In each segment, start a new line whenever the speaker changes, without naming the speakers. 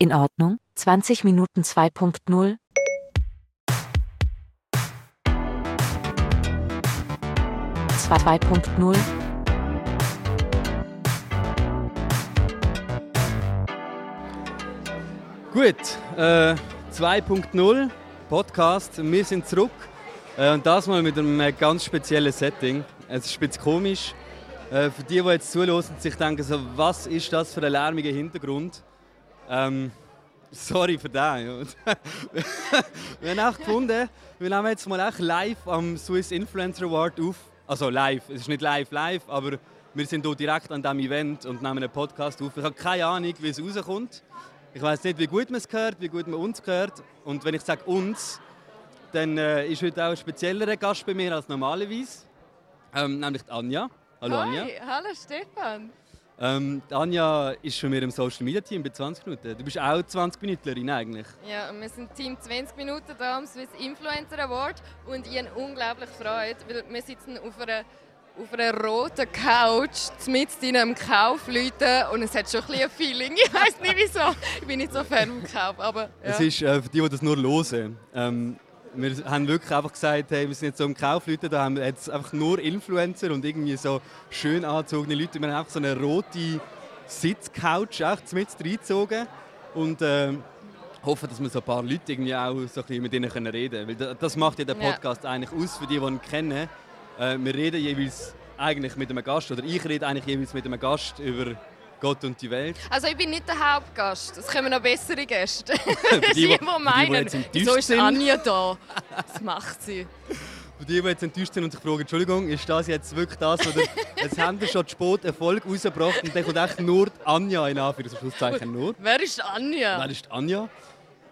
In Ordnung, 20 Minuten 2.0. Zwei- 2.0.
Gut, äh, 2.0 Podcast, wir sind zurück äh, und das mal mit einem äh, ganz speziellen Setting. Es ist ein bisschen komisch. Äh, für die, die jetzt zuhören und sich denken, so, was ist das für ein lärmiger Hintergrund? Ähm, sorry für den. Ja. wir haben auch gefunden, wir nehmen jetzt mal auch live am Swiss Influencer Award auf. Also live, es ist nicht live live, aber wir sind hier direkt an diesem Event und nehmen einen Podcast auf. Ich habe keine Ahnung, wie es rauskommt. Ich weiß nicht, wie gut man es hört, wie gut man uns hört. Und wenn ich sage uns, dann äh, ist heute auch ein speziellerer Gast bei mir als normalerweise. Ähm, nämlich die Anja. Hallo Anja.
Hi, hallo Stefan.
Ähm, die Anja ist schon mit im Social Media Team bei 20 Minuten. Du bist auch 20 Minütlerin eigentlich.
Ja, wir sind Team 20 Minuten da am Swiss Influencer Award und ich habe unglaublich Freude, weil wir sitzen auf einer, auf einer roten Couch mitten in einem Kaufleuten und es hat schon ein bisschen ein Feeling. Ich weiß nicht wieso. Ich bin nicht so Fan vom Kauf, aber ja.
Es ist äh, für die, die das nur hören. Ähm, wir haben wirklich einfach gesagt, hey, wir sind jetzt so im Kaufleute, da haben wir jetzt einfach nur Influencer und irgendwie so schön angezogene Leute. Wir haben einfach so eine rote Sitzcouch echt mit reingezogen und ähm, hoffen, dass wir so ein paar Leute irgendwie auch so ein bisschen mit ihnen können reden können. Weil da- das macht ja der
Ja.
Podcast eigentlich aus, für die, die ihn kennen. Äh, wir reden jeweils eigentlich mit einem Gast oder ich rede eigentlich jeweils mit einem Gast über Gott und die Welt.
also ich bin nicht der Hauptgast. Es kommen noch bessere Gäste.
Für
die,
für
die meinen,
jetzt enttäuscht
wieso ist
sind.
Anja da? Das macht sie.
Für die, die jetzt enttäuscht sind und sich fragen, Entschuldigung, ist das jetzt wirklich das, oder jetzt haben wir schon zu spät Erfolg rausgebracht und dann kommt echt nur die Anja in Anführungszeichen nur.
Wer ist Anja?
Wer ist die Anja?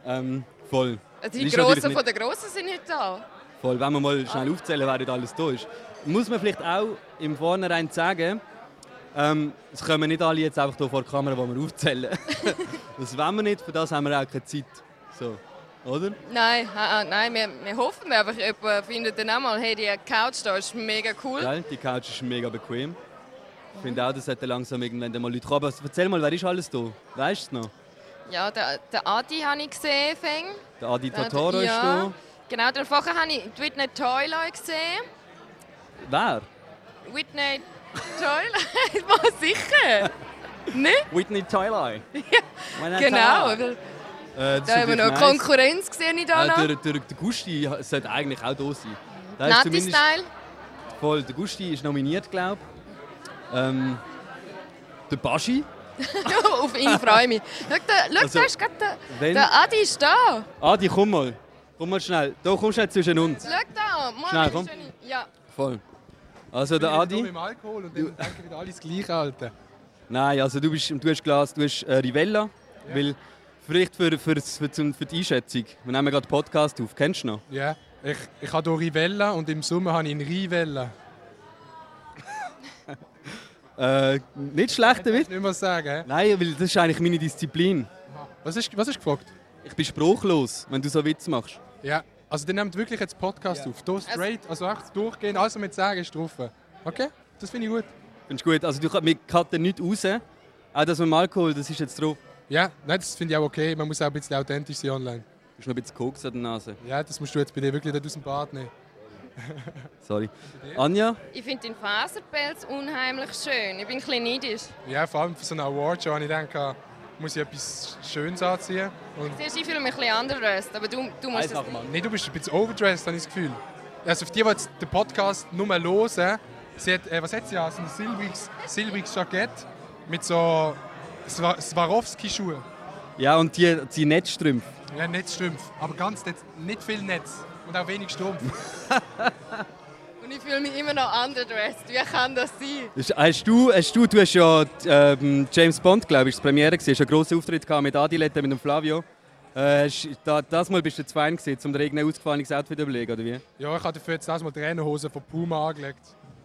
Ähm, voll. Das
Also Die
ist natürlich
Grossen Ah.
nicht-
von der Grossen sind nicht da.
Voll, wenn wir mal schnell aufzählen, wer nicht alles da ist. Muss man vielleicht auch im Vornherein sagen, ähm, es kommen nicht alle jetzt einfach hier vor die Kamera, die wir aufzählen. das wollen wir nicht, für das haben wir auch keine Zeit. So, oder?
Nein, ah, ah, nein, wir, wir hoffen einfach, jemand findet dann auch mal, hey, die Couch da ist mega cool.
Geil, die Couch ist mega bequem. Ich finde auch, das hätte langsam irgendwann dann mal Leute kommen. Aber erzähl mal, wer ist alles da? Weißt du es noch?
Ja, der, der Adi habe ich gesehen, Feng.
Der Adi
Äh, der-
Totoro ist
ja.
da.
Genau, dann vorher habe ich die Whitney Toyloy gesehen.
Wer?
Whitney Toyloy, war sicher. ne?
Whitney Tyler.
Genau,
Äh, das
weil
ist
da haben wir
natürlich
noch
nice.
Konkurrenz gesehen ich da noch.
Äh, der, der, der Gusti sollte eigentlich auch da sein. Der ist
Nati
zumindest
Style.
voll. Der Gusti ist nominiert, glaube ich. Ähm, der Baschi.
Auf ihn freue ich mich. Schau, der, schau,
Also,
da ist grad der,
wenn-
der Adi ist da.
Adi, komm mal. Komm mal schnell. Da kommst du jetzt zwischen uns.
Schau da. Mann,
Schnell,
ist
komm.
schön- Ja.
Voll. Also der
Ich bin jetzt nur
Adi.
mit dem Alkohol und dann denken wieder alle das Gleiche, Alter.
Nein, also du bist, du hast Glas, du hast äh, Rivella, weil vielleicht für, für, für, zum- für die Einschätzung. Wir nehmen gerade Podcast auf, kennst du noch?
Ja, ich, ich habe hier Rivella und im Sommer habe ich einen Rivella.
Äh, nicht schlechter
Kannst
Witz.
du nicht mehr sagen, hä?
Nein, weil das ist eigentlich meine Disziplin.
Was ist, was ist gefragt?
Ich bin spruchlos, wenn du so Witz machst.
Ja, also dann nehmt wirklich jetzt Podcast auf. Hier straight, also echt durchgehen, alles was wir jetzt sagen ist drauf. Okay? Das finde ich gut.
Findest du gut? Also du, kann- wir cutten nichts raus. Auch das mit dem Alkohol, das ist jetzt drauf.
Ja, nein, das finde ich auch okay. Man muss auch ein bisschen authentisch sein online.
Du hast noch ein bisschen Koks an der Nase.
Ja, das musst du jetzt bei dir wirklich nicht aus dem Bad nehmen.
Sorry. Anja,
Ich finde den Faserpelz unheimlich schön. Ich bin ein bisschen neidisch.
Ja, vor allem für so einen Award schon habe ich gedacht, muss ich etwas Schönes anziehen. Und
Siehst, du, ich fühle mich ein bisschen anders, aber du, du musst
einfach
das
mal.
Nee, du bist ein bisschen overdressed, habe ich das Gefühl. Also für die, die jetzt den Podcast nur hören, sie hat, äh, was hat sie an? So ein silbriges, silbriges Jackett mit so Swa- Swarovski-Schuhen.
ja und die, die Netzstrümpfe.
Ja, Netzstrümpf, aber ganz nicht, nicht viel Netz und auch wenig Strumpf.
Und ich fühle mich immer noch underdressed. Wie kann das sein?
Hast- Hast du, hast du, du hast ja ähm, James Bond, glaube ich, ist die Premiere gewesen. Hast einen grossen Auftritt gehabt mit Adilette, mit dem Flavio. Äh, hast, da, das Mal bist du zu fein gewesen, um dir irgendein ausgefallenes Outfit zu überlegen, oder wie?
Ja, ich habe dafür jetzt das mal Trainerhosen von Puma angelegt.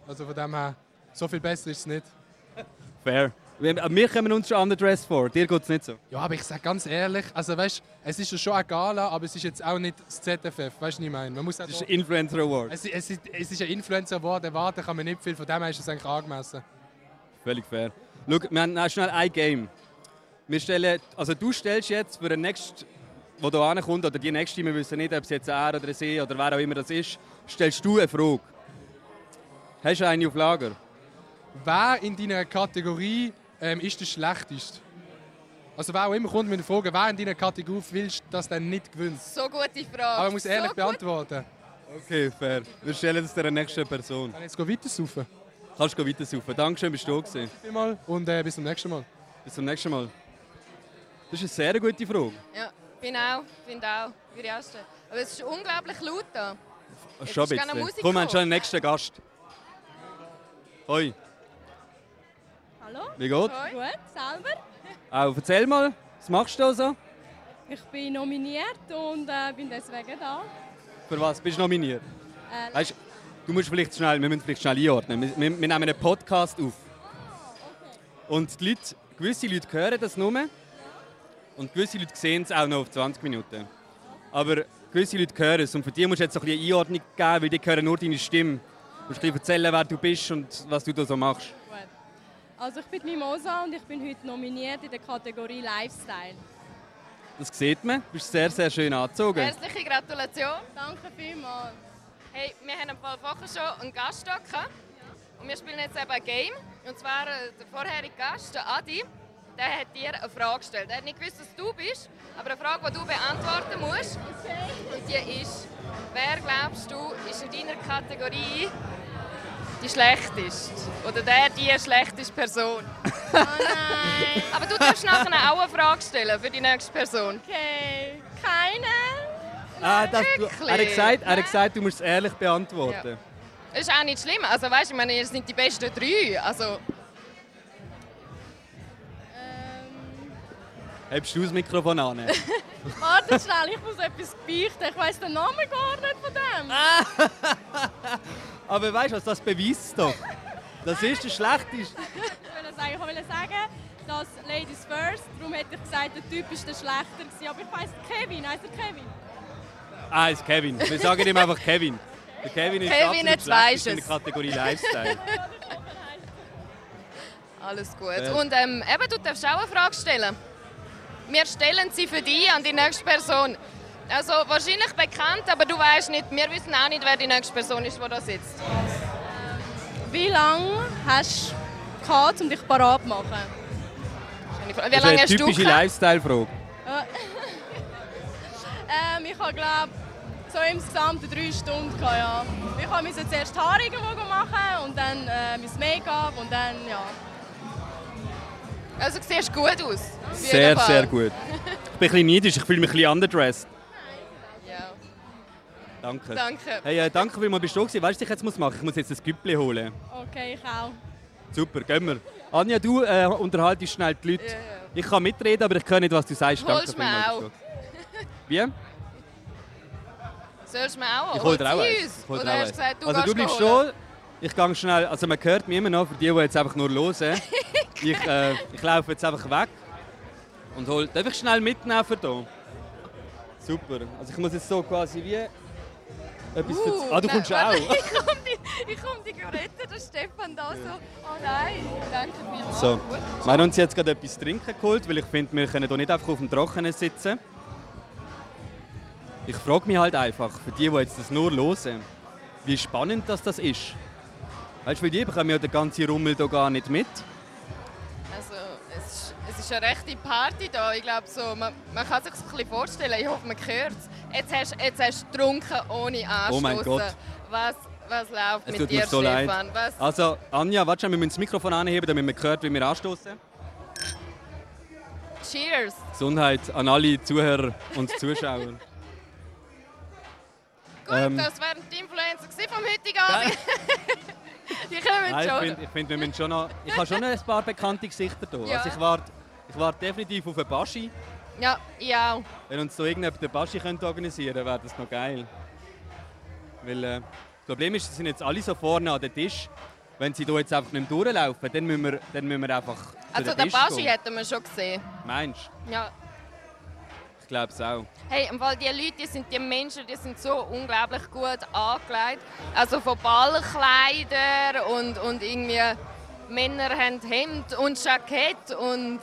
Also von dem her, so viel besser ist es nicht.
Fair. Wir, äh, wir kommen uns schon underdressed vor, dir geht es nicht so.
Ja, aber ich sage ganz ehrlich, also weißt, es ist ja schon eine Gala, aber es ist jetzt auch nicht das ZFF, weißt du, was ich meine? Man muss auch
Das ist
doch-
ein Influencer Award.
Es, es, ist, es ist ein Influencer geworden, erwarten kann man nicht viel, von dem her ist es eigentlich angemessen.
Völlig fair. Schau, wir haben noch schnell ein Game. Wir stellen, also du stellst jetzt für den nächsten, der hier ankommt, oder die nächste, wir wissen nicht, ob es jetzt er oder sie oder wer auch immer das ist, stellst du eine Frage. Hast du eine auf Lager?
Wer in deiner Kategorie ähm, ist der schlechteste? Also wer auch immer kommt mit der Frage, wer in deiner Kategorie willst, dass dann nicht gewinnt.
So gute Frage.
Aber ich muss ehrlich
so gut.
beantworten.
Okay, fair. Wir stellen es der nächsten Person.
Dann jetzt go weiter saufen.
Kannst du weiter saufen. Dankeschön, bist du da gewesen.
Mal und äh, bis zum nächsten Mal.
Bis zum nächsten Mal. Das ist eine sehr gute Frage.
Ja, bin auch, finde auch, würde ich auch stellen. Aber es ist unglaublich laut da. Jetzt
Schon ein
ist gerne
bisschen.
Musik
Komm, wir haben schon
gekommen.
einen nächsten Gast. Hoi,
Hallo?
wie geht's?
Hoi.
Gut, selber.
Auch erzähl mal, was machst du da so?
Ich bin nominiert und äh, bin deswegen da.
Für was bist du nominiert?
Äh,
Weißt, du musst vielleicht schnell, wir müssen vielleicht schnell einordnen. Wir, wir, wir nehmen einen Podcast auf. Und die Leute, gewisse Leute hören das nur. Und gewisse Leute sehen es auch noch auf 20 Minuten. Aber gewisse Leute hören es. Und für die musst du jetzt so ein bisschen Einordnung geben, weil die hören nur deine Stimme. Du musst ein bisschen erzählen, wer du bist und was du da so machst.
gut. Also ich bin Mimosa und ich bin heute nominiert in der Kategorie Lifestyle.
Das sieht man. Du bist sehr, sehr schön angezogen.
Herzliche Gratulation.
Danke vielmals.
Hey, wir haben ein paar Wochen schon einen Gast da gehabt. Und wir spielen jetzt eben ein Game. Und zwar äh, der vorherige Gast, der Adi, der hat dir eine Frage gestellt. Er hat nicht gewusst, dass du bist, aber eine Frage, die du beantworten musst. Und die ist, wer glaubst du, ist in deiner Kategorie die schlechteste? Oder der, die schlechteste Person?
Oh nein.
Aber du darfst nachher auch eine Frage stellen für die nächste Person.
Okay. Keine?
Ah, das, du, er, hat
wirklich?
gesagt, er hat gesagt, du musst es ehrlich beantworten.
Das ist auch nicht schlimm. Also weißt, ich meine, ihr sind die besten drei. Also,
Ähm,
Hebst du das Mikrofon an?
warte schnell, ich muss etwas beichten. Ich weiss den Namen gar nicht von dem.
Aber weißt du was, das beweist doch. Das ist der schlechteste.
Ich wollte sagen, ich wollte sagen, dass Ladies First, darum hätte ich gesagt, der Typ ist der Schlechter gewesen. Aber ich weiss, Kevin, heißt er Kevin?
Ah, es ist Kevin. Wir sagen ihm einfach Kevin. Der Kevin ist absolut
Kevin, jetzt
schlechteste
weisst
in der Kategorie Lifestyle.
Alles gut.
Äh.
Und ähm, eben, du darfst auch eine Frage stellen. Wir stellen sie für dich an die nächste Person. Also wahrscheinlich bekannt, aber du weißt nicht, wir wissen auch nicht, wer die nächste Person ist, die da sitzt.
Wie lange hast du gehabt, um dich parat zu machen?
Schöne Frage. Wie
Das ist eine
lange hast du
typische
gehabt?
Lifestyle-Frage.
Ähm, ich habe glaube so insgesamt drei Stunden gehabt, ja. Ich habe mir zuerst die Haare irgendwo machen und dann äh, mein Make-up und dann ja.
Also du siehst gut aus. Auf jeden
Sehr,
Fall.
sehr gut. Ich bin ein bisschen neidisch, ich fühle mich ein bisschen underdressed.
Ja.
Danke.
Danke.
Hey, äh, danke vielmals, bist du da gewesen. Weißt du, was ich jetzt muss machen? Ich muss jetzt ein Güppli holen.
Okay, ich auch.
Super, gehen wir. Anja, du äh, unterhaltest schnell die Leute.
Ja, ja.
Ich kann mitreden, aber ich höre nicht, was du sagst.
Holst
Danke vielmals.
mir auch.
Wie?
Sollst du mir auch?
Ich hol dir auch
Holst
eins.
du uns?
Ich hol dir
Oder
auch
hast du
eins.
gesagt, du
also du
gehst
bleibst
holen?
schon. Ich gehe schnell. Also man hört mich immer noch, für die, die jetzt einfach nur hören. ich, äh, ich laufe jetzt einfach weg und hol. Darf ich schnell mitnehmen für hier? Super. Also ich muss jetzt so quasi wie etwas
Uh,
für... Ah, du
nein,
kommst schon
warte,
auch.
Ich komme die, ich komm die Geräte, der Stefan da so. Oh nein, danke vielmals.
So.
Gut.
Wir haben uns jetzt gerade etwas zu trinken geholt, weil ich finde, wir können hier nicht einfach auf dem Trockenen sitzen. Ich frage mich halt einfach, für die, die jetzt das nur hören, wie spannend das, das ist. Weißt du, weil die bekommen ja den ganzen Rummel hier gar nicht mit.
Also, es ist, es ist eine rechte Party hier. Ich glaube, so, man, man kann sich das ein bisschen vorstellen. Ich hoffe, man hört es. Jetzt hast, jetzt hast du getrunken ohne Anstoßen.
Oh mein Gott.
Was, was läuft
Es
mit
tut
dir,
mir so leid.
Stefan? Was,
Also, Anja, warte schon, wir müssen das Mikrofon anheben, damit man hört, wie wir anstoßen.
cheers!
Gesundheit an alle Zuhörer und Zuschauer.
Gut,
Ähm.
das wären die Influencer gewesen vom heutigen Abend. die kommen
Nein, ich
schon.
finde, ich, find, wir müssen schon noch, ich habe schon noch ein paar bekannte Gesichter hier.
Ja.
Also ich warte ich warte definitiv auf einen Baschi.
Ja, ich auch.
Wenn uns so irgendjemand den Baschi könnte organisieren könnte, wäre das noch geil. Weil äh, das Problem ist, sie sind jetzt alle so vorne an den Tisch. Wenn sie hier jetzt einfach nicht mehr durchlaufen, dann müssen wir, dann müssen wir einfach zu
Also,
den
den
Tisch
Baschi
gehen.
hätten wir schon gesehen.
Meinst
Ja.
du? Ich glaube es auch.
Hey, im Fall die Leute, die sind die Menschen, die sind so unglaublich gut angelegt. Also von Ballkleider und, und irgendwie Männer haben Hemd und Jackett und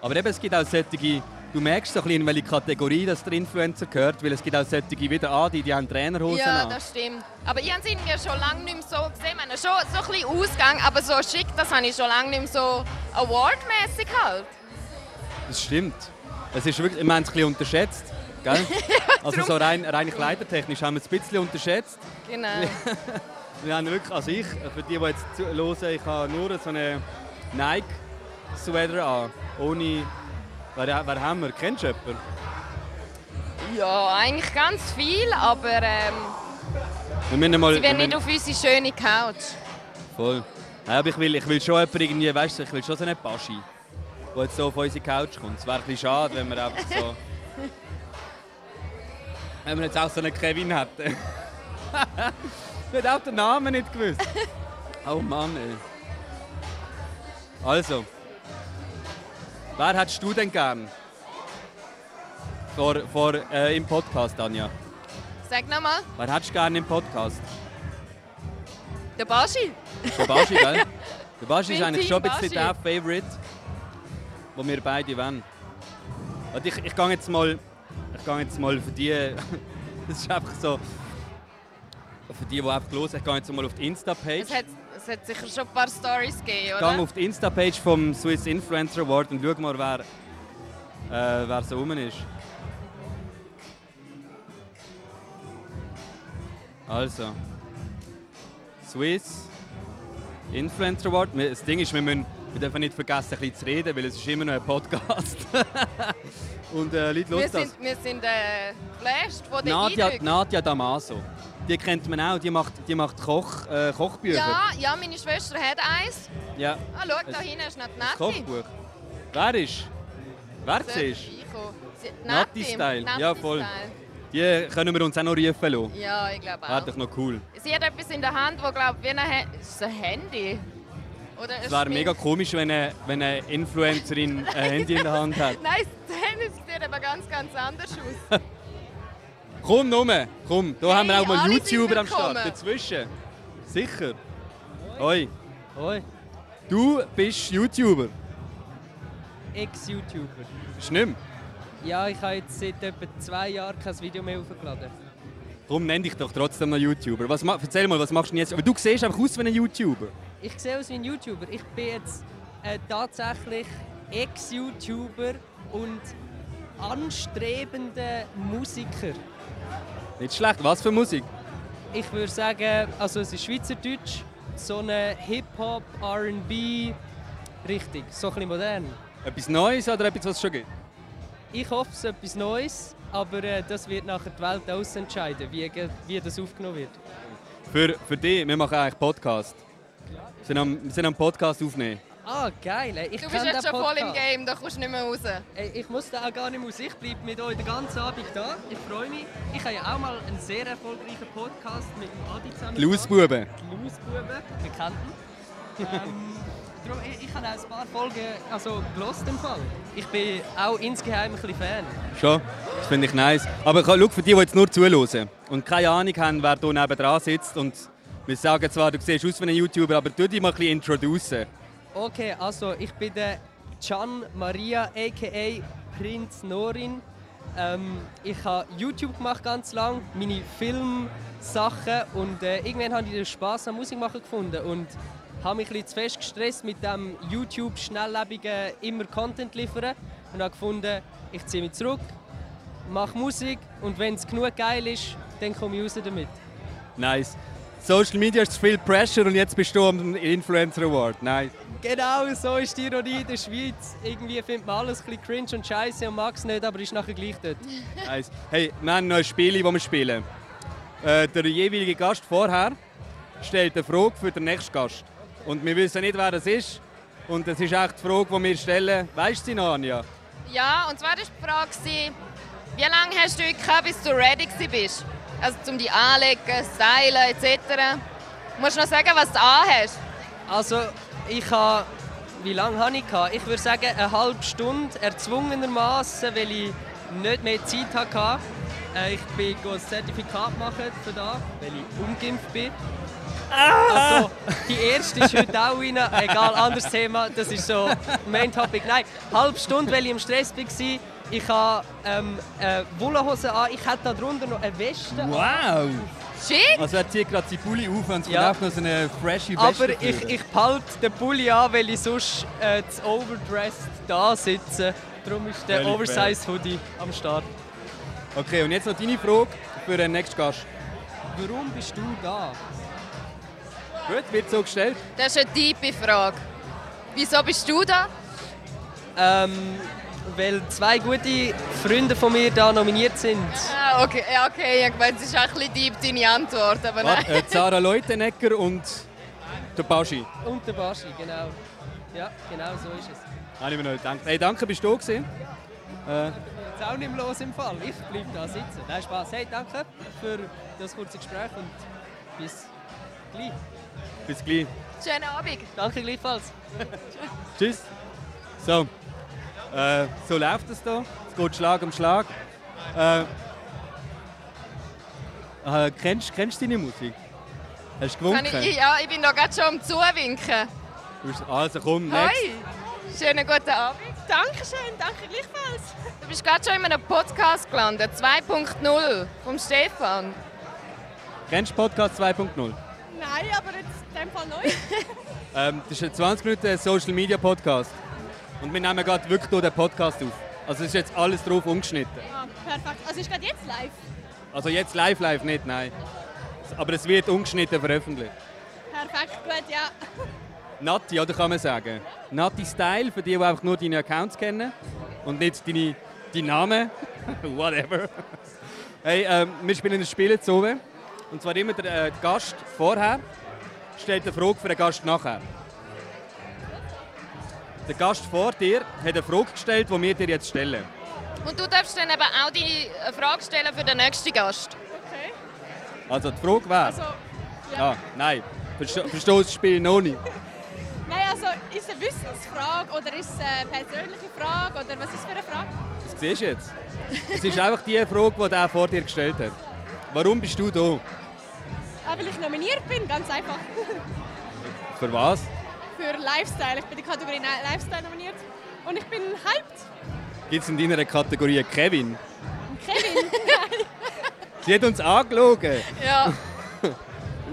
Aber eben, es gibt auch solche, du merkst so ein bisschen, in welche Kategorie das der Influencer gehört, weil es gibt auch solche wieder an, die, die haben Trainerhosen
Ja,
an.
das stimmt. Aber ich habe ihn ja schon lange nicht mehr so gesehen. Ich meine, schon so ein bisschen Ausgang, aber so schick, das habe ich schon lange nicht mehr so awardmäßig halt.
Das stimmt. Es ist wirklich, wir haben es ein bisschen unterschätzt. Gell? also so rein, rein kleidertechnisch haben wir es ein bisschen unterschätzt.
Genau.
Wir haben wirklich, also ich, für die, die jetzt zu- hören, ich habe nur so eine Nike-Sweater an. Ohne, wer, wer haben wir? Kennst du jemanden?
Ja, eigentlich ganz viel, aber ähm,
Wir müssen mal,
sie werden
wir
nicht
müssen-
auf unsere schöne Couch.
Voll. Ja, aber ich will, ich will schon jemanden irgendwie, weißt du, ich will schon so eine Paschi, die jetzt so auf unsere Couch kommt. Es wäre ein bisschen schade, wenn wir einfach so... wenn wir jetzt auch so einen Kevin hätten. ich hätte auch den Namen nicht gewusst. Oh Mann, ey. Also. Wer hättest du denn gern? Vor, vor, äh, Im Podcast, Anja.
Sag nochmal,
Wer hättest du gern im Podcast?
der Baschi.
Der Baschi, gell? Der Baschi ist
Mein
eigentlich
Team
schon ein bisschen der
Baschi.
Favorite, den wir beide wollen. Und ich, ich gehe jetzt mal, ich gehe jetzt mal für die, das ist einfach so, für die, die einfach los, ich gehe jetzt mal auf die Insta-Page.
Es hat, es hat sicher schon ein paar Stories gegeben,
Gang
oder?
auf die Insta-Page vom Swiss Influencer Award und schau mal, wer, äh, wer so rum ist. Also. Swiss Influencer Award. Wir- Das Ding ist, wir, müssen, wir dürfen nicht vergessen, ein bisschen zu reden, weil es ist immer noch ein Podcast. und äh, Leute,
Wir
los das.
sind, wir sind äh, geflasht von den
Nadja,
Eindrücken.
Nadja Damaso. Die kennt man auch, die macht, die macht Koch, äh, Kochbücher.
Ja, ja, meine Schwester hat eins.
Ja,
Ah, schau, da
Es-
hinten ist noch die
das
Nati.
Kochbuch. Wer ist? Wer
Sollte
siehst?
reinkommen. Sie-
Nati-Style.
Nati-
Ja, voll.
Nati-Style.
Die können wir uns auch noch rufen lassen.
Ja, ich glaube
Wäre
auch.
doch noch cool.
Sie hat etwas in der Hand, wo glaube wie ein, Hä- ist es ein Handy. Oder
Es wäre mega komisch, wenn eine, wenn eine Influencerin ein Handy in der Hand hat.
Nein, das Handy sieht aber ganz, ganz anders aus.
Komm nur, komm. Da
Hey,
haben wir auch mal
alle
YouTuber
sind
am Start.
willkommen.
Dazwischen. Sicher. Hoi. Hoi. Du bist YouTuber.
Ex-YouTuber.
Ist nicht mehr.
Ja, ich habe jetzt seit etwa zwei Jahren kein Video mehr hochgeladen.
Komm, nenn dich doch trotzdem noch YouTuber. Was, ma- erzähl mal, was machst du denn jetzt? Aber du siehst einfach aus wie ein YouTuber.
Ich sehe aus wie ein YouTuber. Ich bin jetzt äh, tatsächlich Ex-YouTuber und anstrebender Musiker.
Nicht schlecht. Was für Musik?
Ich würde sagen, also es ist Schweizerdeutsch, so eine Hip-Hop, R&B, richtig, so ein bisschen modern.
Etwas Neues oder etwas, was es schon gibt?
Ich hoffe, es ist etwas Neues, aber äh, das wird nachher die Welt ausentscheiden, wie, ge- wie das aufgenommen wird.
Für, für dich, wir machen eigentlich Podcast. Wir sind am, wir sind am Podcast aufnehmen.
Ah, geil. ey. Ich
Du
kenn
bist jetzt
den
schon voll im
Podcast.
Game, da kommst du nicht mehr raus.
Ey, ich muss da auch gar nicht raus. Ich bleibe mit euch den ganzen Abend da. Ich freue mich. Ich habe ja auch mal einen sehr erfolgreichen Podcast mit dem Adi zusammen.
Die Lausbuben.
gemacht. Die Lausbuben, wir kennen ihn. ähm, darum, ich, ich habe auch ein paar Folgen also, gelost im Fall. Ich bin auch insgeheim ein bisschen Fan.
Schon? Das finde ich nice. Aber schau, für die, die jetzt nur zuhören und keine Ahnung haben, wer hier nebenan sitzt und wir sagen zwar, du siehst aus wie ein YouTuber, aber tu dich mal ein bisschen introducen.
Okay, also ich bin der Can Maria aka Prinz Norin. Ähm, ich habe YouTube gemacht ganz lang, meine Filmsachen und äh, irgendwann habe ich den Spaß am Musikmachen gefunden und habe mich ein bisschen zu fest gestresst mit dem YouTube schnelllebigen immer Content liefern und habe gefunden, ich ziehe mich zurück, mache Musik und wenn es genug geil ist, dann komme ich raus damit.
Nice. Social Media ist zu viel Pressure und jetzt bist du am Influencer Award. Nice.
Genau, so ist die Ironie in der Schweiz. Irgendwie findet man alles ein bisschen cringe und scheiße und mag es nicht, aber ist nachher gleich dort.
nice. Hey, wir haben noch ein Spiel, das wir spielen. Äh, der jeweilige Gast vorher stellt eine Frage für den nächsten Gast. Und wir wissen nicht, wer das ist. Und das ist echt die Frage, die wir stellen. Weißt du sie noch, Anja?
Ja, und zwar war die Frage, gewesen, wie lange hast du heute gehabt, bis du ready gewesen bist? Also zum die anlegen, stylen etc. Du musst noch sagen, was du anhast.
Also, ich habe. Wie lange habe ich gehabt? Ich würde sagen, eine halbe Stunde, erzwungenermaßen, weil ich nicht mehr Zeit hatte. Äh, Ich bin go ein Zertifikat machen für da, weil ich ungeimpft bin. Also, die erste ist heute auch rein. Egal, anderes Thema. Das ist so Main Topic. Nein, halbe Stunde, weil ich im Stress war. Ich habe ähm, eine Wollhose an. Ich hätte darunter noch eine Weste an.
Wow!
Shit!
Also er zieht gerade seinen Pulli auf und es
Ja.
kommt auch noch so eine freshe Weste
Aber
drüber.
ich, ich behalte den Pulli an, weil ich sonst äh, zu overdressed da sitze. Darum ist der
Völlig
Oversize Hoodie am Start.
Okay, und jetzt noch deine Frage für den nächsten Gast.
Warum bist du da?
Gut, wird so gestellt.
Das ist eine tiefe Frage. Wieso bist du da?
Ähm, weil zwei gute Freunde von mir da nominiert sind.
Ah, okay, ja, okay. Ich meine, es ist auch ein bisschen deep, deine Antwort, aber
Warte,
nein.
äh, Sarah Leutenegger und der Pauschi.
Und der Baschi, genau. Ja, genau so ist es.
Habe ich mir noch gedacht. Hey, danke, bist du da gewesen? Äh,
Jetzt auch nicht mehr los im Fall. Ich bleibe da sitzen. Nein, Spaß. Hey, danke für das kurze Gespräch und bis gleich.
bis gleich.
Schönen Abend.
Danke gleichfalls.
Tschüss. So, äh, so läuft es hier. Es geht Schlag um Schlag. Äh, äh, kennst, kennst du deine Musik? Hast du
Kann
gewunken?
ich, ja, ich bin noch gerade schon am Zuwinken.
Du bist- Also komm, next.
Hi! Schönen guten Abend.
Dankeschön, danke gleichfalls.
Du bist gerade schon in einem Podcast gelandet, 2.0 vom Stefan.
Kennst du Podcast 2.0?
Nein, aber jetzt in dem Fall neu.
Ähm, das ist ein 20 Minuten Social Media Podcast. Und wir nehmen gerade wirklich hier den Podcast auf. Also es ist jetzt alles drauf umgeschnitten.
ah, perfekt. Also ist gerade jetzt live.
Also jetzt live, live nicht, nein. Aber es wird umgeschnitten veröffentlicht.
Perfekt, gut, ja.
Nati, oder kann man sagen? Nati Style, für die, die einfach nur deine Accounts kennen und nicht deine, deinen Namen. Whatever. Hey, ähm, wir spielen ein Spiel jetzt oben. Und zwar immer der äh, der Gast vorher stellt eine Frage für den Gast nachher. Der Gast vor dir hat eine Frage gestellt, die wir dir jetzt stellen.
Und du darfst dann eben auch deine äh, Frage stellen für den nächsten Gast.
Okay.
Also die Frage wäre...
Also, ja.
ah, nein, Verste- verstehst du das Spiel noch nicht.
Nein, also ist es eine Wissensfrage oder ist es eine persönliche Frage oder was ist es für eine Frage?
Das siehst du jetzt. Es ist einfach die Frage, die der vor dir gestellt hat. Warum bist du da?
Ah, weil ich nominiert bin, ganz einfach.
Für was?
Für Lifestyle. Ich bin in der Kategorie Ni- Lifestyle nominiert. Und ich bin hyped.
Gibt es in deiner Kategorie Kevin?
Kevin.
Sie hat uns angeschaut.
Ja.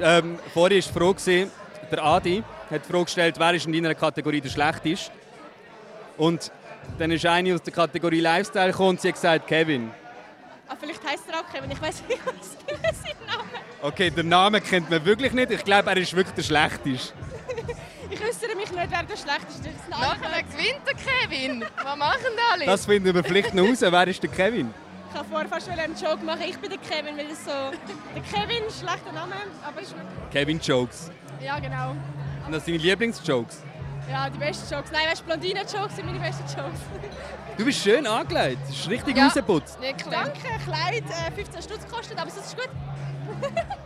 Ähm, vorher war die Frage, gewesen, der Adi hat die Frage gestellt, wer ist in deiner Kategorie der Schlechteste? Und dann ist eine aus der Kategorie Lifestyle gekommen und sie hat gesagt, Kevin.
ah, vielleicht heisst er auch Kevin. Ich weiß nicht, was sein Name
Okay, den Namen kennt man wirklich nicht. Ich glaube, er ist wirklich der Schlechteste.
Ich äußere mich nicht, wer der schlechteste ist. Nein,
Nachher gewinnt der Kevin. Was machen alle?
Das finden wir vielleicht noch raus. Wer ist der Kevin?
ich kann vorher fast einen Joke machen. Ich bin der Kevin, weil es so. Der Kevin, schlechter Name, aber ist gut.
Kevin Jokes.
Ja, genau.
Und das sind deine Lieblingsjokes.
Ja, die besten Jokes. Nein, weißt du, Blondinen-Jokes sind meine besten Jokes.
Du bist schön angelegt. Das ist richtig
Ja.
rausgeputzt.
Wirklich.
Danke, Kleid, äh, 15 Stutz kostet, aber sonst ist gut.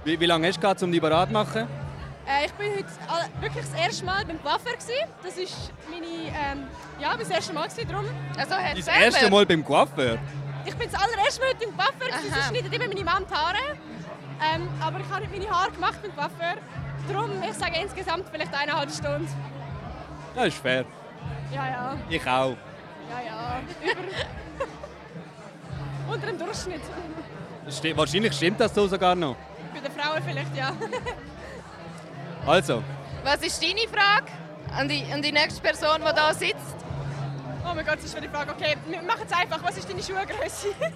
Wie, wie lange hast du gehabt, um dich bereit zu machen?
Äh, ich bin heute all- wirklich das erste Mal beim Coiffeur. gewesen. Das ist meine, ähm, ja, mein erstes Mal gewesen, drum.
Also hat
Das
selber-
erste Mal beim Coiffeur.
Ich bin das allererste Mal heute beim Coiffeur. gewesen.
Aha.
Sonst schneidet immer meine Mann die Haare. Ähm, aber ich habe heute meine Haare gemacht beim Coiffeur. Drum, ich sage insgesamt vielleicht eineinhalb Stunden.
Das ist fair.
Ja, ja,
Ich auch.
ja, ja. Über. Unter dem Durchschnitt.
Das stimmt- wahrscheinlich stimmt das so sogar noch.
Bei den Frauen vielleicht, ja.
Also,
Was ist deine Frage an die, an die nächste Person, die da sitzt?
Oh mein Gott, das ist schon die Frage. Okay, wir machen es einfach. Was ist deine Schuhgröße?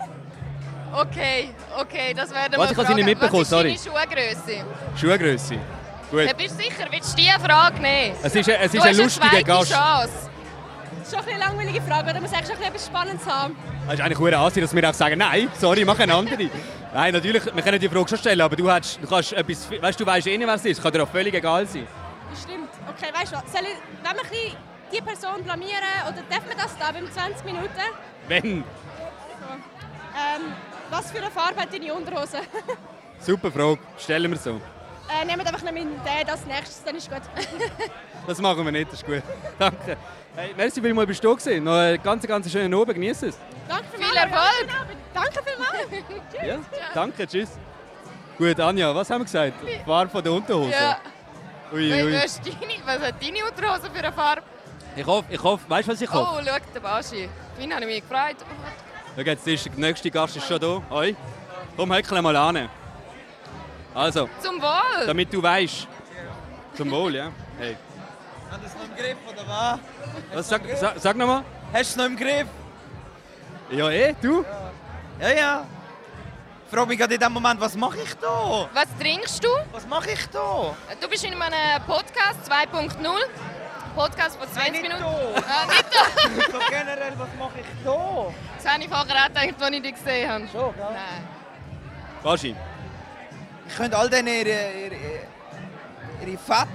Okay, okay, das werden wir
Warte, ich habe sie nicht
fragen.
mitbekommen,
Was ist deine Schuhgröße?
Schuhgröße. Gut.
Ja, bist du sicher? Willst du diese Frage nehmen?
Es ist, ein- es ist
du
ein
hast eine
lustiger
zweite
Gast.
Chance.
Das ist schon eine langweilige Frage, oder? Man muss eigentlich schon etwas Spannendes haben.
Es ist eigentlich eine Ansehen, dass wir auch sagen, nein, sorry, mach eine andere. nein, natürlich, wir können die Frage schon stellen, aber du, hast, du kannst etwas, weißt du, weißt eh nicht, was es ist. Kann dir auch völlig egal sein.
Das stimmt. Okay, weißt du was? Soll ich, wenn wir ein bisschen die Person blamieren, oder darf man das da beim 20 Minuten?
Wenn.
Ähm, was für eine Farbe hat deine Unterhose?
Super Frage, stellen wir so.
äh, nehmt einfach noch meinen Dad als nächstes, dann ist gut.
Das machen wir nicht, das ist gut. Danke. Hey, merci vielmals, bist du da gewesen. Noch einen ganz, ganz schönen Abend, genieß es.
Danke vielmals.
Viel Erfolg.
Ja, schönen Abend. Danke vielmals. Tschüss.
Ja, danke, tschüss. Gut, Anja, was haben wir gesagt? Farbe von der Unterhose.
Ja.
Ui,
Nein,
ui.
du hast deine, was hat deine Unterhose für eine Farbe?
Ich hoffe, ich hoffe, weißt du, was ich hoffe?
Oh, schau, der Baschi. Vorhin habe ich mich gefreut. Oh,
Schau, jetzt ist der nächste Gast ist schon da. Hoi. Komm, häckle mal an. Also,
Zum Wohl!
damit du weißt. Zum Wohl, ja. Hey.
Haben das noch im Griff oder was?
Was, sag sag, sag nochmal.
Hast du noch im Griff?
Ja, eh, du?
Ja, ja. Ich frage mich gerade in dem Moment, was mache ich da?
Was trinkst du?
Was mache ich da?
Du bist in einem Podcast 2.0. Podcast von 20
nicht
Minuten.
da.
Äh, nicht da!
So generell, was mache ich da?
Das habe ich vorher auch gedacht, als ich dich gesehen habe.
Schon, gell?
Nein.
Waschi.
Ich könnte all denen ihre, ihre, ihre Fett...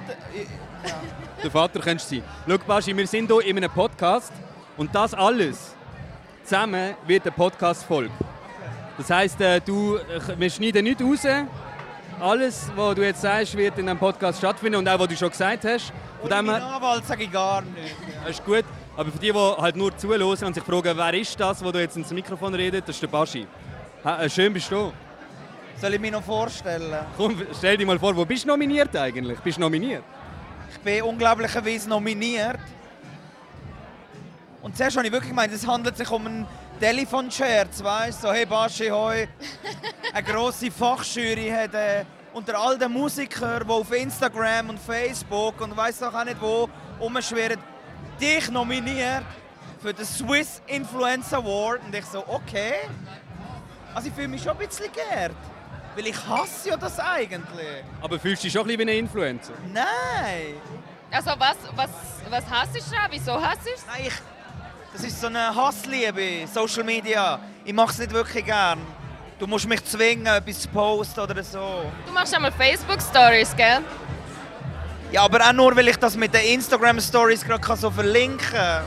Der Vater könntest du sein. Schau, Baschi, wir sind hier in einem Podcast und das alles zusammen wird eine Podcast-Folge. Das heisst, äh, du, äh, wir schneiden nichts raus. Alles, was du jetzt sagst, wird in einem Podcast stattfinden und auch, was du schon gesagt hast. Von dem
Mein
her,
Anwalt sage ich gar nicht.
das ist gut. Aber für die, die halt nur zuhören und sich fragen, wer ist das, wo du jetzt ins Mikrofon redest, das ist der Baschi. Ha, äh, schön bist du da.
Soll ich mich noch vorstellen?
Komm, stell dir mal vor, wo bist du nominiert eigentlich? Bist du nominiert?
Ich bin unglaublicherweise nominiert. Und zuerst habe ich wirklich gemeint, es handelt sich um einen Telefonscherz, weißt du? So, hey Baschi, hoi. Eine grosse Fachjury hat äh, unter all den Musikern, die auf Instagram und Facebook und weiss doch auch nicht wo rumschwirren, dich nominiert für den Swiss Influence Award. Und ich so, okay. Also ich fühle mich schon ein bisschen geehrt. Weil ich hasse ja das eigentlich.
Aber fühlst du dich schon ein bisschen wie ein Influencer?
Nein!
Also, was, was, was hasst du daran? Wieso hasst du es?
Nein, ich, das ist so eine Hassliebe, Social Media. Ich mache es nicht wirklich gern. Du musst mich zwingen, etwas zu posten oder so.
Du machst einmal Facebook-Stories, gell?
Ja, aber auch nur, weil ich das mit den Instagram-Stories gerade so verlinken kann.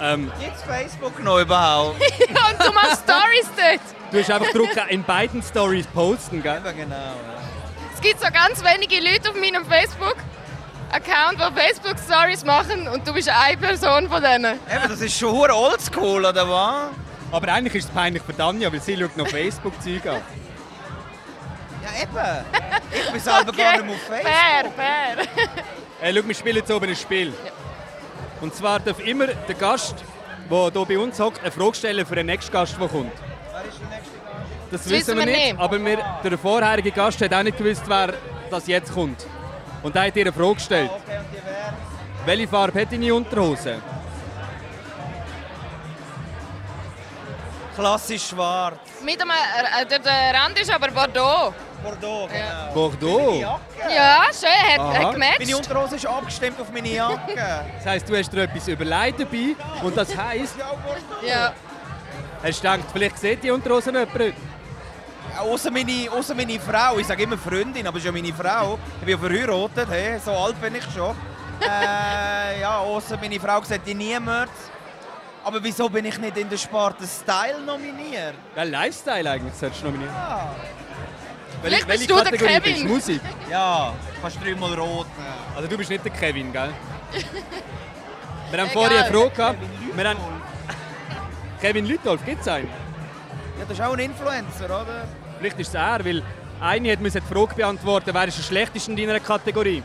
Ähm,
Jetzt Facebook noch überhaupt.
Und du machst Stories dort.
Du hast einfach gedruckt, in beiden Stories posten, gell?
Eben genau.
Es gibt so ganz wenige Leute auf meinem Facebook-Account, die Facebook-Stories machen und du bist eine Person von denen.
ja. Eben, das ist schon hure oldschool, oder was?
Aber eigentlich ist es peinlich für Tanja, weil sie schaut noch Facebook-Zeug an.
Ja, eben. Ich bin selber gar nicht mehr auf Facebook.
Fair, fair.
Äh, schau, wir spielen jetzt oben ein Spiel. Und zwar darf immer der Gast, der hier bei uns hockt, eine Frage stellen für den nächsten Gast, der kommt.
Wer ist der nächste Gast?
Das, wissen wir nicht, aber wir, der vorherige Gast hat auch nicht gewusst, wer das jetzt kommt. Und er hat ihr eine Frage gestellt.
Okay, und die wer?
Welche Farbe hat deine Unterhose?
Klassisch schwarz.
Mit dem, äh, äh, der, der Rand ist aber Bordeaux.
Bordeaux,
Ja. Oh.
genau. Meine
Bordeaux.
Jacke.
Ja, schön, hat,
Aha.
hat
Meine
gematcht.
Unterhose ist abgestimmt auf meine Jacke.
Das heisst, du hast dir etwas überlegt dabei. Und das heisst,
ja, Bordeaux.
Ja.
hast du gedacht, vielleicht sieht die Unterhose jemand.
Außer meine, ausser meine Frau, ich sage immer Freundin, aber es ist ja meine Frau. Ich bin ja verheiratet, hey, so alt bin ich schon. äh, ja, außer meine Frau sagt ich niemand. Aber wieso bin ich nicht in der Sparte Style nominiert?
Welchen Lifestyle eigentlich solltest du nominieren?
Ja,
Ah. Vielleicht bist du der
Kategorie
Kevin.
bist du? Musik.
ja fast dreimal rot. nehmen.
Also du bist nicht der Kevin, gell? Wir haben
Egal.
vorher eine Frage gehabt. Wir haben Kevin Lütolf, gibt es einen?
Ja, das ist auch ein Influencer, oder?
Vielleicht ist es er, weil eine hat müssen die Frage beantworten, wer ist der Schlechteste in deiner Kategorie?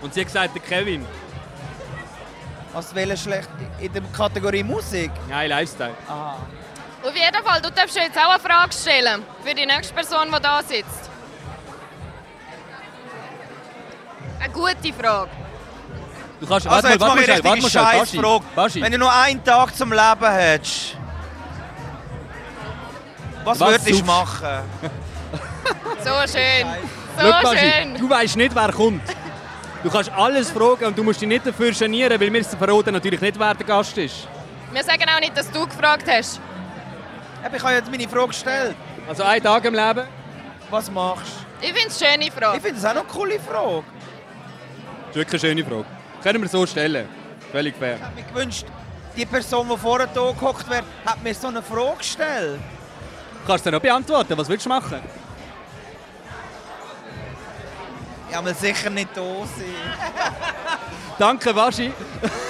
Und sie hat gesagt, der Kevin.
Was wähle schlecht in der Kategorie Musik?
Nein, Lifestyle.
Aha.
Auf jeden Fall, du darfst jetzt auch eine Frage stellen für die nächste Person, die da sitzt. Eine gute Frage.
Du kannst...
Also jetzt mache ich
schnell,
richtige
schnell, Baschi.
Scheißfrage.
Baschi,
Wenn du nur einen Tag zum Leben hättest, was,
Was
würdest du
suchst?
machen?
So schön.
schau,
So
Baschi,
schön.
du weißt nicht, wer kommt. Du kannst alles fragen und du musst dich nicht dafür genieren, weil wir verraten natürlich nicht, wer der Gast ist.
Wir sagen auch nicht, dass du gefragt hast.
Eben, Ich habe jetzt meine Frage gestellt.
Also einen Tag im Leben.
Was machst du?
Ich finde es eine schöne
Ich
Frage.
finde das auch noch eine coole Frage.
Das ist wirklich eine schöne Frage. Können wir so stellen. Völlig fair.
Ich hätte mir gewünscht, die Person, die vorher hier gehockt wäre, hat mir so eine Frage gestellt.
Kannst du noch beantworten? Was willst du machen?
Ja, aber sicher nicht da sein.
Danke, Waschi.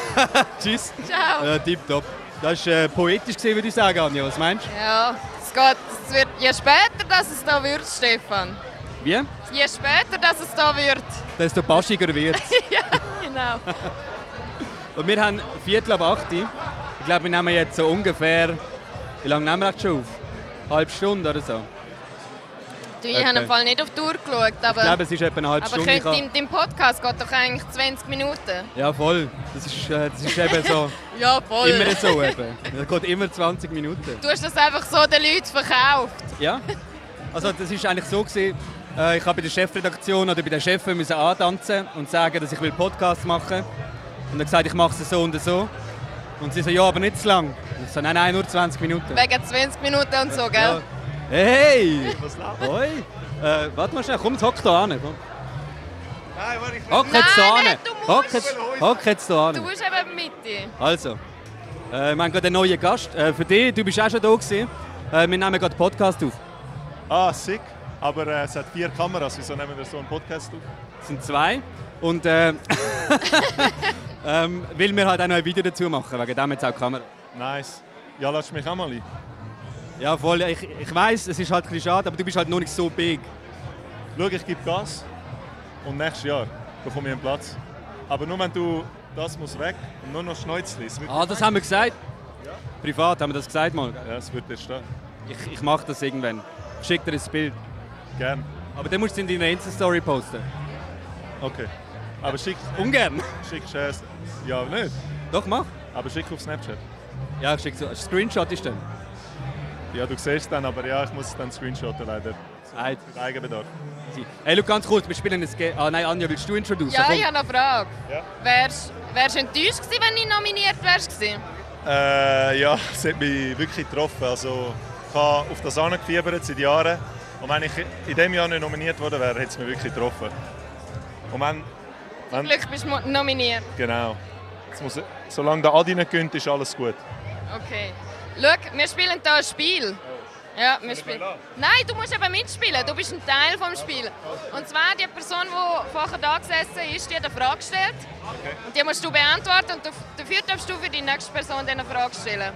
Tschüss.
Ciao.
Äh, tipptopp. Das war äh, poetisch, gewesen, würde ich sagen, Anja. Was meinst du?
Ja, es geht. Es wird je später, dass es da wird, Stefan.
Wie?
Je später, dass es da wird.
Desto baschiger wird
Genau.
Und wir haben Viertel ab 8 Uhr. Ich glaube, wir nehmen jetzt so ungefähr. Wie lange nehmen wir jetzt schon auf? Halbe Stunde oder so?
Du, ich
Okay.
habe im Fall nicht auf die Uhr geschaut,
Ich
aber,
glaube, es ist etwa eine halbe
aber
Stunde. Ich
könnt,
kann-
dein, dein Podcast geht doch eigentlich 20 Minuten.
Ja, voll. Das ist, äh, das ist eben so.
Ja, voll.
immer so. Eben. Es geht immer 20 Minuten.
Du hast das einfach so den Leuten verkauft.
Ja? Also, das ist eigentlich so. Gewesen, äh, ich habe bei der Chefredaktion oder bei den Chefs müssen antanzen und sagen, dass ich will Podcast machen Und dann gesagt, ich mache es so und so. Und sie so, ja, aber nicht zu lang. Und Ich so, nein, nein, nur 20 Minuten.
Wegen 20 Minuten und so, gell?
Ja. Hey! Was läuft? Hoi! Äh, warte mal schnell, komm, jetzt hock hier an. Komm. Nein, warte,
Nein,
ich Hock
nein,
jetzt
du
hier an.
musst.
Hock jetzt, hock jetzt hier
Du
an.
bist eben Mitte.
Also, äh, wir haben gerade einen neuen Gast. Äh, für dich, du bist auch schon da gewesen. Äh, wir nehmen gerade Podcast auf.
Ah, sick. Aber äh, es hat vier Kameras, wieso nehmen wir so einen Podcast auf?
Es sind zwei. Und äh, ähm, weil wir halt auch noch ein Video dazu machen, wegen dem jetzt auch die Kamera.
Nice. Ja, lass mich auch mal ein.
Ja, voll. Ich, ich weiss, es ist halt ein bisschen schade, aber du bist halt noch nicht so big.
Schau, ich gebe Gas und nächstes Jahr bekomme ich einen Platz. Aber nur wenn du das muss weg und nur noch Schnäuzli. Es wird,
Ah, das haben wir gesagt. Privat haben wir das gesagt mal.
ja, es wird erst da.
Ich, ich mache das irgendwann. Schick dir ein Bild.
Gern.
Aber dann musst du es in deiner Insta-Story posten.
Okay. Aber schick,
Ungern.
schickst du es. Ja, nicht.
Doch, mach.
Aber schick auf Snapchat.
Ja, ich schicke so. Screenshot ist dann.
Ja, du siehst es dann, aber ja, ich muss es dann screenshotten leider.
Nein.
Für den Eigenbedarf.
Hey, schau ganz kurz, wir spielen ein Game. Ah nein, Anja, willst du introducen?
Ja,
Also Komm.
ich habe noch eine Frage.
Ja.
Wärst wärst du enttäuscht gewesen, wenn du nominiert wärst? gewesen?
Äh, ja, es hat mich wirklich getroffen. Also, ich habe auf das angefiebert seit Jahren. Und wenn ich in diesem Jahr nicht nominiert worden wäre, hätte es mich wirklich getroffen. Und wenn,
Zum
wenn
Glück bist du mo- nominiert.
genau. Es muss, solange der Adi nicht gönnt, ist alles gut.
Okay. Schau, wir spielen hier ein Spiel.
Oh.
Ja, wir spielen. Nein, du musst eben mitspielen. Du bist ein Teil des Spiels. Und zwar die Person, die vorher da gesessen ist, die hat eine Frage gestellt. Und die musst du beantworten. Und daf- dafür darfst du für die nächste Person dann eine Frage stellen.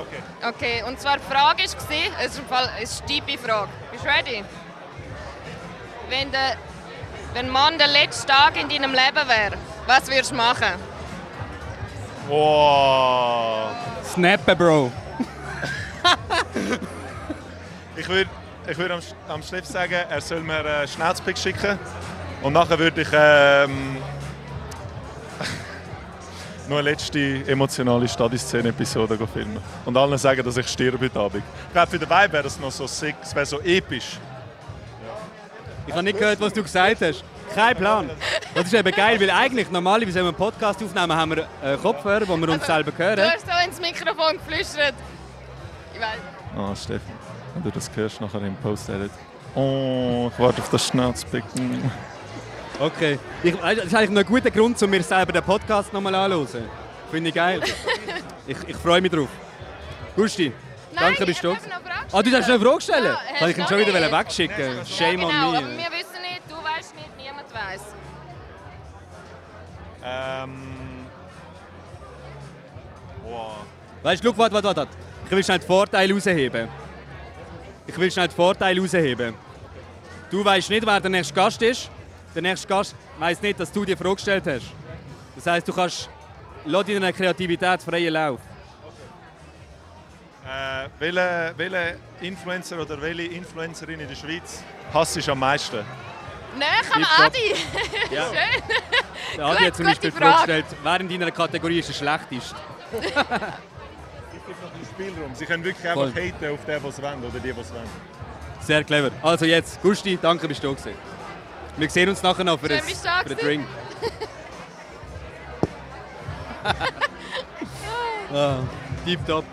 Okay.
Okay, und zwar die Frage war, es ist im Fall eine steife Frage. Bist du ready? Wenn der wenn Mann der letzte Tag in deinem Leben wäre, was würdest du machen?
Wow.
Snappen, Bro.
Ich würde ich würd am, Sch- am Chef sagen, er soll mir einen Schnauzpick schicken. Und nachher würde ich ähm, noch eine letzte emotionale Stadiszene-Episode go filmen. Und allen sagen, dass ich stirb heute Abend. Ich glaube, für den Vibe wäre das noch so sick, es wäre so episch.
Ich habe nicht gehört, was du gesagt hast. Kein Plan. Das ist eben geil, weil eigentlich normalerweise, wenn wir einen Podcast aufnehmen, haben wir äh, Kopfhörer, wo wir uns selber
Du
hören.
hast so ins Mikrofon geflüstert. Ich weiß.
Ah, Steffen, wenn du das hörst, nachher im Post-Edit. Oh, ich warte auf das Schnauzpick.
Okay. Ich, äh, das ist eigentlich noch ein guter Grund, um mir selber den Podcast nochmal anzuhören. Finde ich geil. Ich, ich freue mich drauf. Gusti, danke, bist du.
ich darf noch eine Frage
Ah, du darfst noch eine Frage stellen?
Ja, hast
Kann ich ihn schon
noch
wieder
nicht.
wegschicken? Shame
ja, genau,
on
aber
me.
wir wissen nicht, du weißt nicht, niemand weiß.
Ähm. Wow.
Weißt du, schau, warte, warte, warte. warte. Ich will schnell die Vorteile rausheben. Ich will schnell die Vorteile rausheben. Du weißt nicht, wer der nächste Gast ist. Der nächste Gast weiß nicht, dass du die Frage gestellt hast. Das heißt, du kannst lass deiner Kreativität freien Lauf.
Äh, welche, welche Influencer oder welche Influencerin in der Schweiz hasst ich am meisten?
Nein, am
Tipptopp.
Ah, Adi.
Ja.
Schön.
Der Adi hat zum
gute
Beispiel die
Frage.
Frage gestellt, wer in deiner Kategorie ist der schlechteste?
Ich gebe noch ein Spielraum. Sie können wirklich
Voll.
einfach haten auf den, was sie wollen oder die, was sie wollen.
Sehr clever. Also jetzt, Gusti, danke, bist du da gewesen. Wir sehen uns nachher noch für,
Schön,
ein,
bist du da
für einen
gewesen.
Drink. ah, Tipptopp.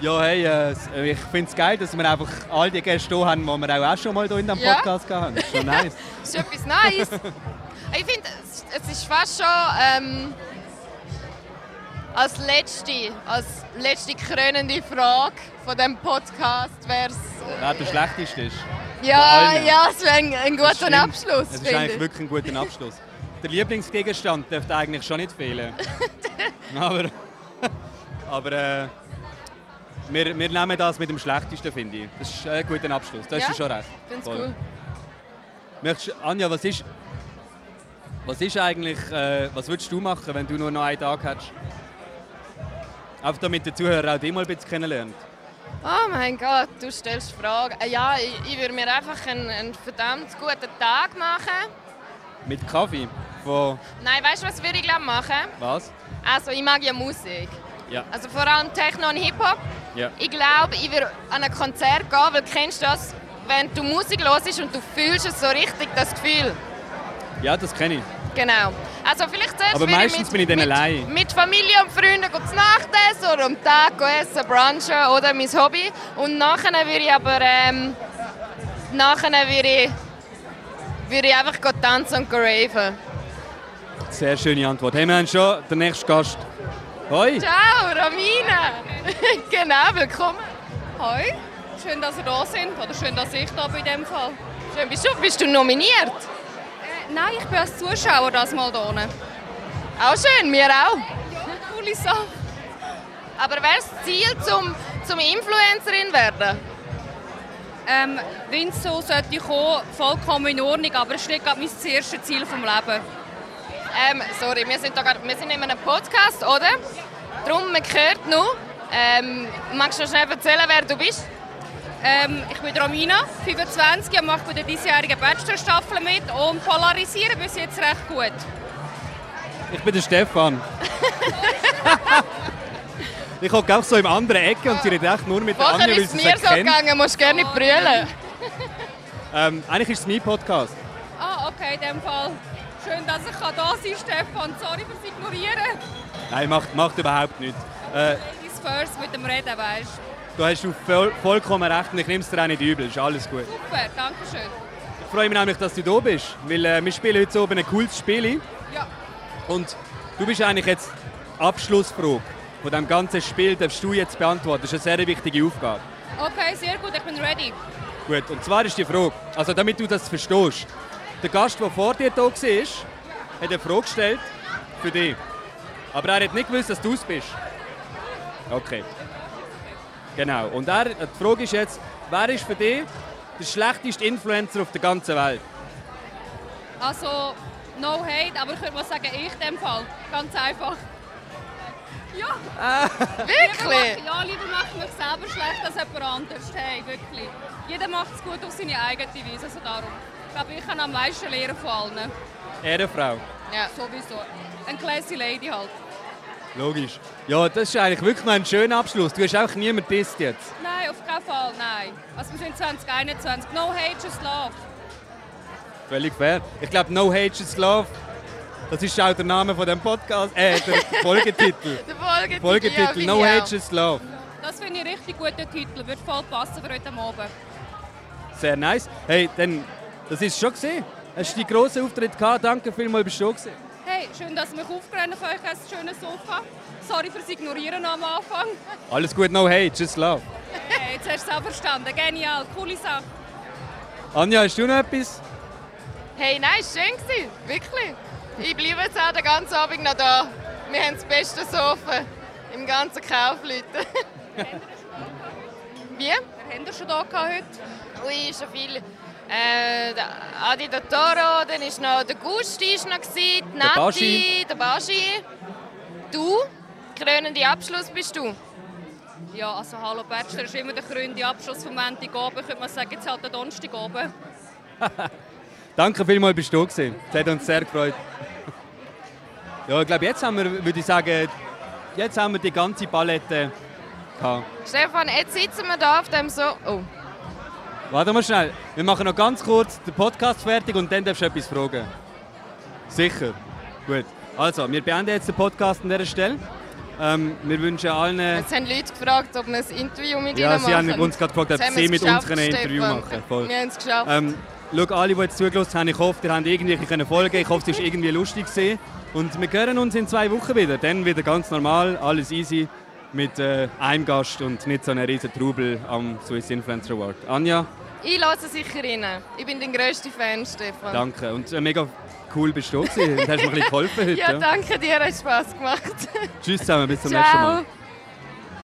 Ja, hey, äh, s- äh, ich finde es geil, dass wir einfach all die Gäste hier haben, die wir auch, auch schon mal hier in diesem
Ja.
Podcast hatten. Das ist schon nice.
Das ist etwas Neues. Ich finde, es- es ist fast schon ähm, als letzte, als letzte krönende Frage von diesem Podcast wäre es...
Wer der schlechteste ist.
Ja,
allen.
ja, es wäre ein, ein
Das
guter
stimmt.
Abschluss,
Es ist
finde
eigentlich
ich.
wirklich ein guter Abschluss. Der Lieblingsgegenstand dürfte eigentlich schon nicht fehlen. aber aber äh, wir, wir nehmen das mit dem Schlechtesten, finde ich. Das ist ein guter Abschluss. Das
Ja,
ist schon recht.
Ich finde es
Voll.
cool.
Möchtest, Anja, was ist, was ist eigentlich, äh, was würdest du machen, wenn du nur noch einen Tag hättest? Einfach damit der Zuhörer auch dich mal ein bisschen kennenlernt.
Oh mein Gott, du stellst Fragen. Äh, Ja, ich, ich würde mir einfach einen, einen verdammt guten Tag machen.
Mit Kaffee? Von
Nein, weißt du, was würde ich glaub, machen?
was?
Also, ich mag ja Musik.
Ja.
Also vor allem Techno und Hip-Hop.
Ja.
Ich glaube, ich würde an ein Konzert gehen, weil kennst du das, wenn du Musik hörst und du fühlst es so richtig, das Gefühl.
Ja, das kenne ich.
Genau. Also vielleicht zuerst
Aber
würde
meistens bin ich dann
mit,
allein.
Mit Familie und Freunden zu Nacht essen oder am Tag essen, brunchen oder mein Hobby. Und nachher würde ich aber... Ähm, nachher würde ich, würde ich einfach gehen tanzen und gehen raven.
Sehr schöne Antwort. Hey, wir haben schon den nächsten Gast. Hoi!
Ciao, Ramina! genau, willkommen.
Hi, schön, dass ihr da sind oder schön, dass ich da bin in dem Fall.
Schön bist du. Bist du nominiert?
Äh, Nein, ich bin als Zuschauer das mal da unten.
Auch schön, wir auch.
Coole Sache.
Aber wäre das Ziel, zum, zum Influencerin werden?
Ähm, Wenn es so sollte kommen, vollkommen in Ordnung, aber es ist nicht gerade mein erstes Ziel vom Leben.
Ähm, sorry, wir sind, da grad, wir sind in einem Podcast, oder? Darum, man hört nur. Ähm, magst du noch schnell erzählen, wer du bist?
Ähm, ich bin Romina, 25 und mache bei der diesjährigen Bachelorstaffel mit und polarisiere bis jetzt recht gut.
Ich bin der Stefan. ich hocke auch so im anderen Ecke und sie redet echt nur mit der
Vorher
Anja, weil
ist es
sie
mir
es
so
kennt.
gegangen, musst gerne nicht brüllen.
Ähm, eigentlich ist es mein Podcast.
Ah, okay, in dem Fall. Schön, dass ich da sein kann, Stefan. Sorry fürs Ignorieren.
Nein, macht, macht überhaupt nichts. Äh,
Ladies first mit dem Reden, weißt du.
du hast du voll, vollkommen recht und ich nehme es dir auch nicht übel. Ist alles gut.
Super, danke schön.
Ich freue mich nämlich, dass du da bist, weil äh, wir spielen heute oben ein cooles Spiel.
Ja.
Und du bist eigentlich jetzt die Abschlussfrage von diesem ganzen Spiel, darfst du jetzt beantworten. Das ist eine sehr wichtige Aufgabe.
Okay, sehr gut, ich bin ready.
Gut, und zwar ist die Frage, also damit du das verstehst. Der Gast, der vor dir da war, hat eine Frage gestellt für dich. Aber er hat nicht gewusst, dass du es bist. Okay. Genau. Und er, die Frage ist jetzt, wer ist für dich der schlechteste Influencer auf der ganzen Welt?
Also, no hate, aber ich würde mal sagen, ich in dem Fall. Ganz einfach. Ja, lieber
Ah, Wirklich?
mach, ja, lieber mache ich mich selber schlecht als jemand anders. Hey, wirklich. Jeder macht es gut auf seine eigene Weise, also darum. Ich glaube, ich kann am meisten lernen von allen.
Ehrenfrau.
Ja.
Sowieso. Eine classy Lady halt.
Logisch. Ja, das ist eigentlich wirklich mal ein schöner Abschluss. Du hast auch niemanden disst jetzt.
Nein, auf keinen Fall, nein. Also wir sind 2021. No hate, just love.
Völlig fair. Ich glaube, No Hate is Love, das ist auch der Name von dem Podcast, äh, der Folgetitel.
Der Folgetitel, ja,
Folgetitel
finde
No
ich auch.
Hate is Love.
Das finde ich einen richtig guten Titel. Wird voll passen für heute Abend.
Sehr nice. Hey, dann, das ist schon gesehen. Hast du die grossen Auftritt gehabt? Danke vielmals, bist du da gewesen.
Hey, schön, dass ihr mich aufgerannt habt. Ich habe ein schönes Sofa. Sorry fürs Ignorieren am Anfang.
Alles gut, No Hate, just Love.
Hey, jetzt hast du es auch verstanden. Genial, coole Sache.
Anja, hast du noch etwas?
Hey, nein, es war schön. gewesen. Wirklich. Ich bleibe jetzt auch den ganzen Abend noch da. Wir haben das beste Sofa im ganzen Kaufleuten. Wie?
Wir haben ihr schon da gehabt heute.
Ui, schon viel. Äh, der Adi der Toro, dann ist noch der Gusti, ist noch gewesen, die Nati,
Baschi.
der Baschi. Du, krönende Abschluss bist du. halt.
Ja, also Hallo Bachelor ist immer der krönende Abschluss vom Montagabend. Ich könnte mal sagen, jetzt halt den Donnerstagabend.
Danke vielmals, bist du da gewesen. Das hat uns sehr gefreut. Ja, ich glaube, jetzt haben wir, würde ich sagen, jetzt haben wir die ganze Palette gehabt.
Stefan, jetzt sitzen wir hier auf dem so. Oh,
Warte mal schnell. Wir machen noch ganz kurz den Podcast fertig und dann darfst du etwas fragen. Sicher. Gut. Also, wir beenden jetzt den Podcast an dieser Stelle. Ähm, wir wünschen allen.
jetzt haben Leute gefragt, ob wir ein Interview mit
Ja,
ihnen machen.
sie haben uns gerade gefragt, ob
Jetzt haben wir
sie mit
es
uns
geschafft,
ein Interview
Stefan.
machen können.
Wir haben es geschafft.
Ähm, schau, alle, die jetzt zugelassen haben, ich hoffe, ihr habt irgendwie können folgen Ich hoffe, es war irgendwie lustig. Gewesen. Und wir hören uns in zwei Wochen wieder. Dann wieder ganz normal, alles easy, mit äh, einem Gast und nicht so einen riesen Trubel am Swiss Influencer Award. Anja,
Ich lasse sicher rein. Ich bin dein grösster Fan, Stefan.
danke. Und äh, mega cool bist du da gewesen. und hast mir ein bisschen geholfen heute.
Ja, danke dir, hat Spass gemacht.
Tschüss zusammen, bis zum nächsten Mal.
Ciao.